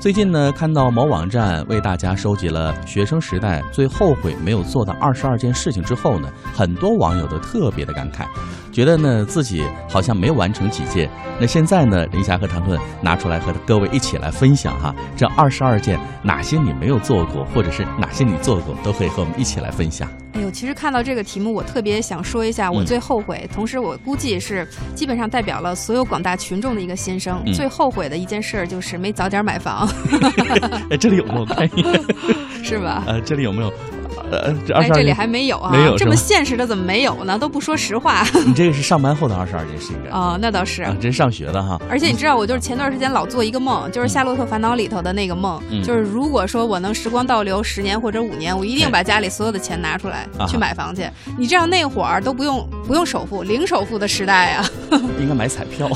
最近呢，看到某网站为大家收集了学生时代最后悔没有做的二十二件事情之后呢，很多网友都特别的感慨，觉得呢自己好像没有完成几件。那现在呢，林霞和谈论拿出来和各位一起来分享哈，这二十二件哪些你没有做过，或者是哪些你做过，都可以和我们一起来分 享。哎呦，其实看到这个题目，我特别想说一下嗯我最后悔，同时我估计是基本上代表了所有广大群众的一个心声。嗯最后悔的一件事儿就是没早点买房， 哎，这里有没有？看一眼，是吧？呃，这里有没有？呃，这二哎，十二这里件，还没有啊，没有这是吧么现实的怎么没有呢？都不说实话 你这个是上班后的二十二件事应该啊、那倒是。啊，这是上学的哈。而且你知道，我就是前段时间老做一个梦，就是《夏洛特烦恼》里头的那个梦，嗯就是如果说我能时光倒流十年或者五年，我一定把家里所有的钱拿出来哎啊哈去买房去。你知道那会儿都不用不用首付，零首付的时代啊，应该买彩 票，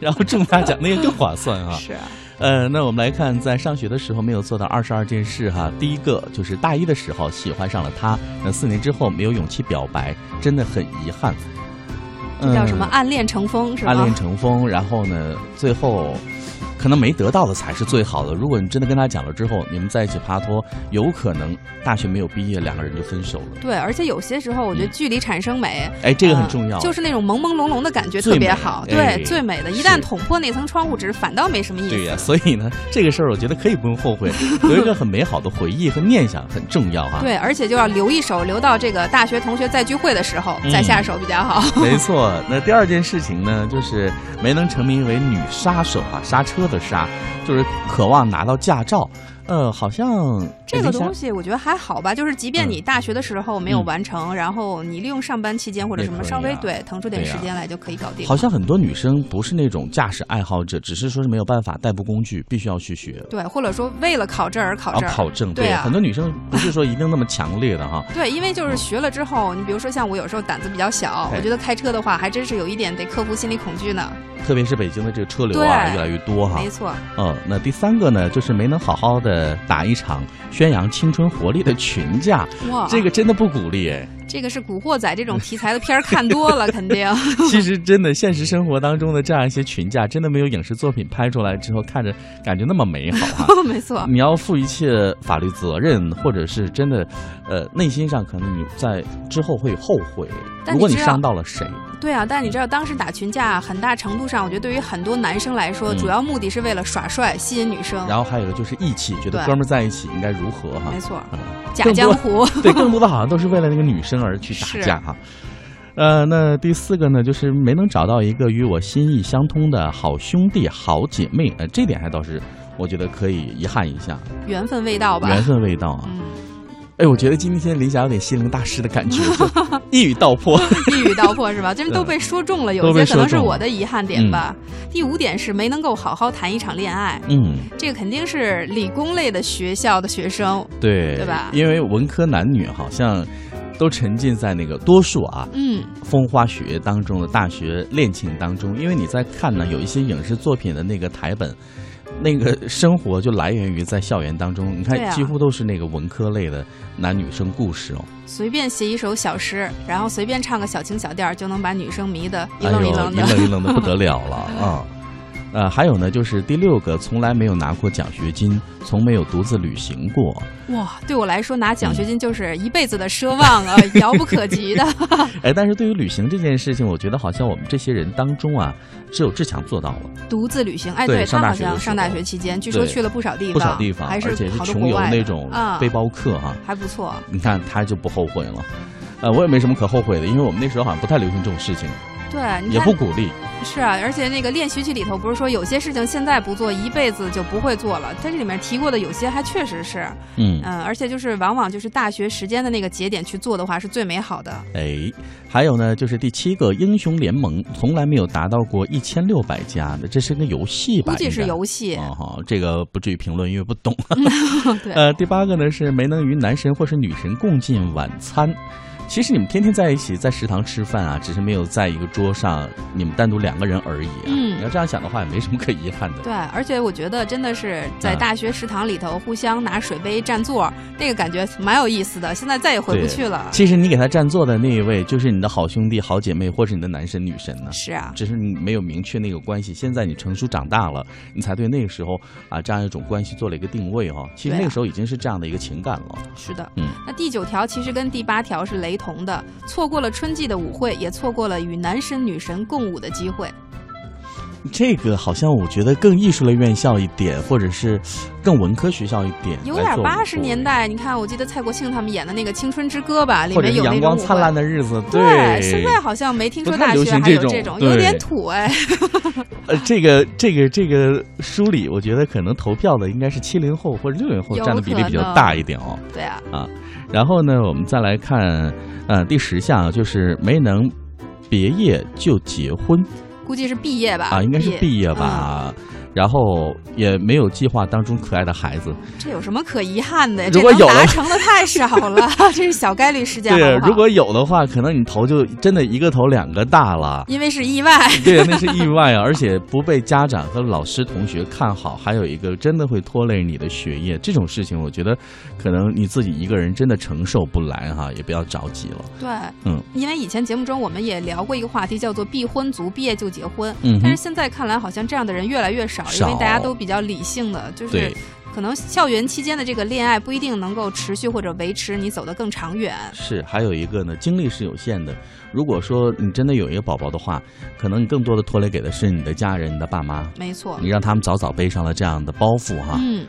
然后中大奖那个更划算 啊。是啊，呃，那我们来看，在上学的时候没有做到二十二件事哈。第一个就是大一的时候喜欢上了他，那四年之后没有勇气表白，真的很遗憾。这叫什么嗯？暗恋成风是吗？暗恋成风，然后呢，最后可能没得到的才是最好的。如果你真的跟他讲了之后，你们在一起爬拖，有可能大学没有毕业，两个人就分手了。对，而且有些时候我觉得距离产生美，哎，嗯这个很呃重要，就是那种朦朦胧胧的感觉最特别美好，哎对，最美的。一旦是捅破那层窗户纸，反倒没什么意对思。呀、所以呢，这个事儿我觉得可以不用后 悔，有一个很美好的回忆和念想很重要啊哈、对，而且就要留一手，留到这个大学同学再聚会的时候再嗯下手比较好。 没错，那第二件事情呢，就是没能成名为女杀手啊，刹车的刹，就是渴望拿到驾照。呃，好像这个西东西我觉得还好吧，就是即便嗯你大学的时候没有嗯完成，然后你利用上班期间或者也什么可以稍微啊对腾出点对呀时间来就可以搞定。哎好像很多女生不是那种驾驶爱好者，只是说是没有办法代步工具，必须要去学。对，或者说为了考证而考啊，证。考证对啊很多女生不是说一定那么强烈的哈。对，因为就是学了之后，你比如说像我有时候胆子比较小，对我觉得开车的话还真是有一点得克服心理恐惧呢。特别是北京的这个车流啊，对越来越多哈。没错，嗯，那第三个呢，就是没能好好的打一场宣扬青春活力的群架，哇，这个真的不鼓励 哎。这个是《古惑仔》这种题材的片儿看多了，肯定。其实真的，现实生活当中的这样一些群架，真的没有影视作品拍出来之后看着感觉那么美 好哈、没错，你要负一切法律责任，或者是真的，呃，内心上可能你在之后会后悔。但如果你你知道伤到了谁，对啊，但你知道当时打群架，很大程度上，我觉得对于很多男生来说，嗯主要目的是为了耍帅，吸引女生。然后还有一个就是义气，觉得嗯对哎哥们儿在一起应该如何哈、没错，嗯假更江多湖。 对，更多的好像都是为了那个女生而去打架哈。呃，那第四个呢，就是没能找到一个与我心意相通的好兄弟、好姐妹，呃，这点还倒是我觉得可以遗憾一下，缘分未到吧。缘分未到啊。嗯，哎，我觉得今天林霞有点心灵大师的感觉，就 一语道破。一语道破是吧？这都被说中了，有都被些可能是说中了我的遗憾点吧。第五点是没能够好好谈一场恋爱，嗯，这个肯定是理工类的学校的学生。对，对吧因为文科男女好像都沉浸在那个多数啊，嗯，风花雪月当中的大学恋情当中，因为你在看呢，有一些影视作品的那个台本，那个生活就来源于在校园当中。你看对，啊几乎都是那个文科类的男女生故事哦，随便写一首小诗，然后随便唱个小情小调，就能把女生迷得一哎愣呦，一一愣愣的。一愣的不得了了啊！呃，还有呢，就是第六个，从来没有拿过奖学金，从没有独自旅行过。哇，对我来说拿奖学金就是一辈子的奢望啊，嗯遥不可 及的。哎，但是对于旅行这件事情，我觉得好像我们这些人当中啊，只有志强做到了，独自旅行，哎，对他上大好学的像时上大候学期间，据说对去了不少地方，不少地方，还而且是好多穷国游外那的种啊背包客哈、还不错。你看他就不后悔了。呃，我也没什么可后悔的，因为我们那时候好像不太流行这种事情，对，你也不看鼓励。是啊，而且那个练习曲里头不是说有些事情现在不做，一辈子就不会做了。它这里面提过的有些还确实是，嗯，嗯，而且就是往往就是大学时间的那个节点去做的话是最美好的。哎，还有呢，就是第七个英雄联盟从来没有达到过一千六百加的，这是个游戏吧？估计是应该。游戏，哦，好，这个不至于评论，因为不懂。 对，呃呃，第八个呢是没能与男神或是女神共进晚餐，其实你们天天在一起，在食堂吃饭啊，只是没有在一个桌上，你们单独两个人而已、啊。嗯你要这样想的话，也没什么可遗憾的。对，而且我觉得真的是在嗯大学食堂里头互相拿水杯占座，那个感觉蛮有意思的。现在再也回不对去了。其实你给他占座的那一位，就是你的好兄弟、好姐妹，或是你的男神女神呢、是啊，只是你没有明确那个关系。现在你成熟长大了，你才对那个时候啊这样一种关系做了一个定位哈、其实对啊那个时候已经是这样的一个情感了。是的。嗯那第九条其实跟第八条是雷同的，错过了春季的舞会，也错过了与男神女神共舞的机会。这个好像我觉得更艺术类院校一点，或者是更文科学校一点，有来点做八舞十会年。代，你看，我记得蔡国庆他们演的那个《青春之歌》吧，里或者面是有阳那种光舞灿会。烂的日子，对，现在好像没听不说太大流学行还这有种这种，有对点土哎。呃，这个这个这个梳理，我觉得可能投票的应该是七零后或者六零后有占的比例可比较能大一点哦。对啊，然后呢，我们再来看，呃，第十项就是没能别业就结婚估计是毕业吧。啊，应该是毕业嗯吧。然后也没有计划当中可爱的孩子。这有什么可遗憾的呀？如果这有能了达成的太少 了，这是小概率事件，好对，不好如果有的话，可能你头就真的一个头两个大 了。因为是意外，对，那是意外啊，而且不被家长和老师、同学看好，还有一个真的会拖累你的学业这种事情，我觉得可能你自己一个人真的承受不来哈，也不要着急了。对，嗯，因为以前节目中我们也聊过一个话题，叫做“必婚族”，毕业就结婚。嗯但哼是，现在看来，好像这样的人越来越少，因少为大家都比较理性的，就是对，可能校园期间的这个恋爱不一定能够持续或者维持你走得更长远。是还有一个呢，精力是有限的。如果说你真的有一个宝宝的话，可能你更多的拖累给的是你的家人、你的爸妈。没错你，让他们早早背上了这样的包袱哈，嗯，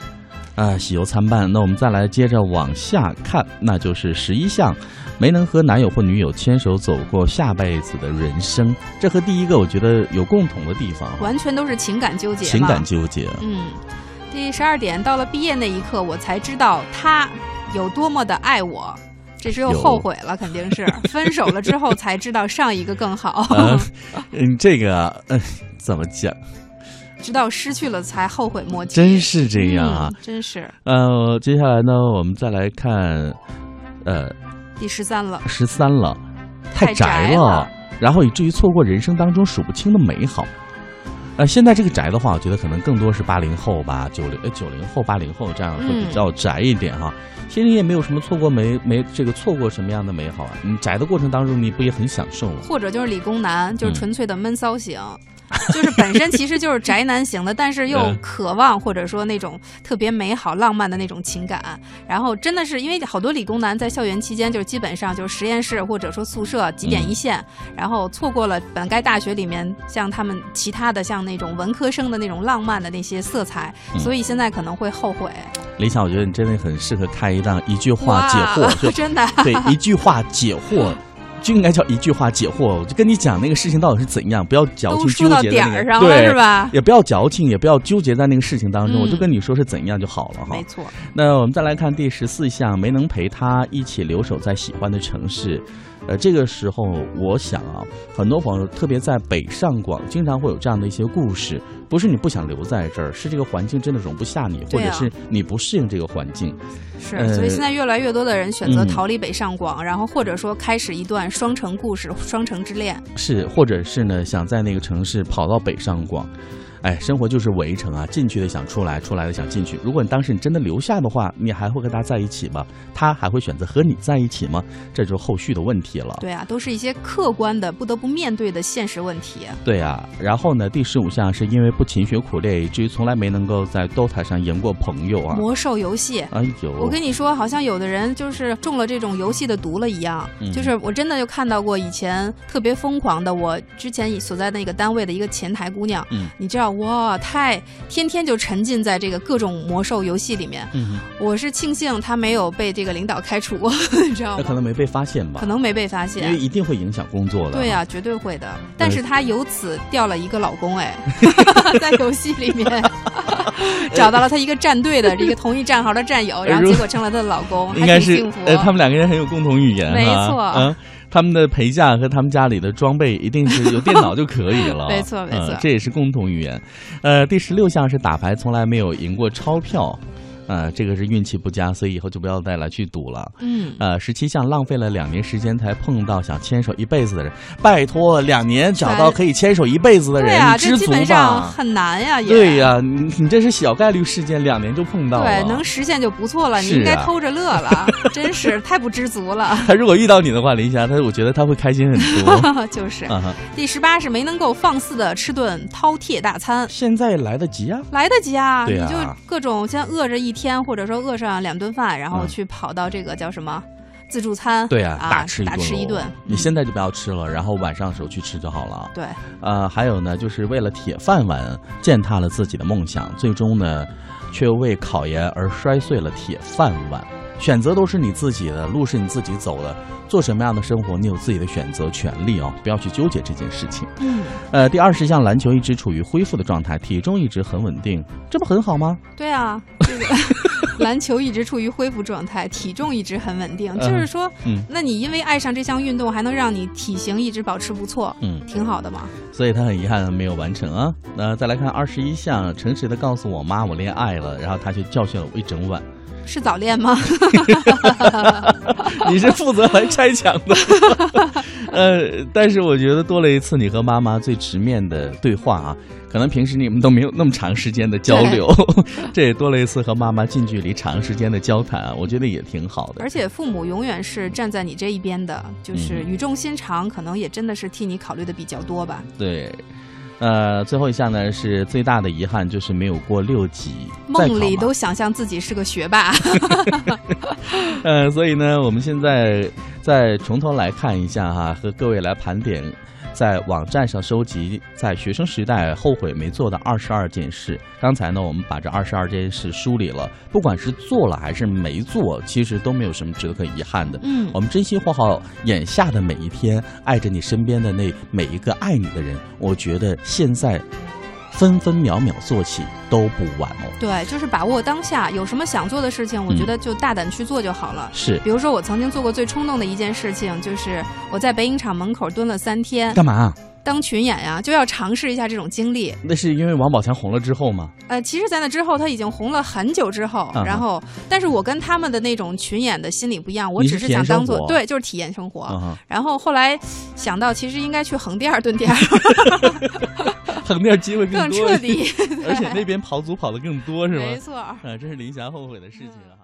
啊，喜忧参半。那我们再来接着往下看，那就是十一项，没能和男友或女友牵手走过下辈子的人生，这和第一个我觉得有共同的地方啊，完全都是情感纠结嘛。情感纠结。嗯，第十二点，到了毕业那一刻，我才知道他有多么的爱我。这是又有后悔了，肯定 是分手了之后才知道上一个更好，啊，嗯，这个啊，嗯，怎么讲？直到失去了才后悔莫及。真是这样啊。嗯真是呃，接下来呢，我们再来看，呃，第十三了，十三了，太太宅了，了然后以至于错过人生当中数不清的美好。呃，现在这个宅的话，我觉得可能更多是八零后吧，九零呃九零后、八零后这样会比嗯较宅一点哈。其实你也没有什么错过美美这个错过什么样的美好啊，你宅的过程当中你不也很享受吗？或者就是理工男，就嗯是纯粹的闷骚 型，就是本身其实就是宅男型的，但是又嗯渴望或者说那种特别美好浪漫的那种情感。然后真的是因为好多理工男在校园期间，就是基本上就是实验室或者说宿舍几点一线，嗯然后错过了本该大学里面像他们其他的像那种文科生的那种浪漫的那些色彩，嗯所以现在可能会后悔。理想，我觉得你真的很适合开一档一句话哇解惑， 就真的。对，一句话解惑，就应该叫一句话解惑。我就跟你讲那个事情到底是怎样，不要矫情都纠说到结在点那儿个，上了对是，吧？也不要矫情，也不要纠结在那个事情当中。嗯我就跟你说是怎样就好了哈没。错，那我们再来看第十四项，没能陪他一起留守在喜欢的城市。呃，这个时候我想啊，很多朋友特别在北上广，经常会有这样的一些故事，不是你不想留在这儿，是这个环境真的容不下你，或对者啊是你不适应这个环境。是，呃所以现在越来越多的人选择嗯逃离北上广，然后或者说开始一段双城故事、双城之恋。是，或者是呢，想在那个城市跑到北上广，哎，生活就是围城啊，进去的想出来，出来的想进去。如果你当时你真的留下的话，你还会跟他在一起吗？他还会选择和你在一起吗？这就是后续的问题了。对啊，都是一些客观的、不得不面对的现实问题。对啊，然后呢，第十五项是因为不勤学苦练，以至于从来没能够在 DOTA 上赢过朋友啊。魔兽游戏。哎呦，我跟你说，好像有的人就是中了这种游戏的毒了一样。嗯就是我真的就看到过以前特别疯狂的，我之前所在那个单位的一个前台姑娘，嗯你知道哇，太天天就沉浸在这个各种魔兽游戏里面。嗯，我是庆幸她没有被这个领导开除， 你知道那吗？可能没被发现吧可？能没被发因为现。一定会影响工作的。对啊呀、绝对会的。但是她由此掉了一个老 公，哎， 在游戏里面找到了她一个战队的一个同一战壕的战友，然后结果成了她的老公，还哎应该挺是幸福。呃，他们两个人很有共同语言、啊，没错嗯，他们的陪嫁和他们家里的装备一定是有电脑就可以了， 没错没错嗯这也是共同语言。呃，第十六项是打牌从来没有赢过钞票。呃，这个是运气不佳，所以以后就不要再来去赌了。嗯，呃，十七项浪费了两年时间才碰到想牵手一辈子的人，拜托，两年找到可以牵手一辈子的对人，啊，你这知基足本上吧。很难呀，也对呀、你你这是小概率事件，两年就碰到了。对，能实现就不错了，你是应该啊偷着乐 了，真是太不知足了。他如果遇到你的话，林霞，他我觉得他会开心很多。 就是啊哈，第十八是没能够放肆的吃顿饕餮大餐。现在来得及啊。来得及啊，对你啊就各种先饿着一天，或者说饿上两顿饭，然后嗯去跑到这个叫什么自助餐，对啊，大吃一顿，大吃一顿。嗯你现在就不要吃了，然后晚上的时候去吃就好了。对，呃，还有呢，就是为了铁饭碗践踏了自己的梦想，最终呢，却为考研而摔碎了铁饭碗。选择都是你自己的，路是你自己走的，做什么样的生活，你有自己的选择权利哦，不要去纠结这件事情。嗯，呃，第二十项，篮球一直处于恢复的状态，体重一直很稳定，这不很好吗？对啊，这个 篮球一直处于恢复状态，体重一直很稳定，就是说，嗯那你因为爱上这项运动，还能让你体型一直保持不错，嗯，挺好的嘛。所以他很遗憾没有完成啊。那、再来看二十一项，诚实的告诉我妈我恋爱了，然后他却教训了我一整 晚。是早恋 吗？你是负责来拆墙的， 呃，但是我觉得多了一次你和妈妈最直面的对话啊，可能平时你们都没有那么长时间的交流， 这也多了一次和妈妈近距离长时间的交谈啊，我觉得也挺好的而。且父母永远是站在你这一边的，就是嗯语重心长，可能也真的是替你考虑的比较多吧。对，呃，最后一项呢是最大的遗憾就是没有过六级，再考梦里嘛都想象自己是个学霸， 呃，所以呢，我们现在再从头来看一下哈、和各位来盘点，在网站上收集在学生时代后悔没做的二十二件事。刚才呢，我们把这二十二件事梳理了，不管是做了还是没做，其实都没有什么值得可遗憾的。嗯，我们珍惜活好眼下的每一天，爱着你身边的那每一个爱你的人。我觉得现在分分秒秒做起都不晚哦。对，就是把握当下，有什么想做的事情，我嗯觉得就大胆去做就好了。是比如说，我曾经做过最冲动的一件事情，就是我在北影厂门口蹲了三天干嘛啊？当群演呀、就要尝试一下这种经历。那是因为王宝强红了之后吗？呃，其实，在那之后，他已经红了很久之后，嗯然后，但是我跟他们的那种群演的心理不一样，我你只是是体验想生当做活对，就是体验生活。啊哈。然后后来想到，其实应该去横店儿 蹲点儿横店机会更多彻一些，底，而且那边跑组跑的更多是哎没吗？错儿。啊，这是林霞后悔的事情啊。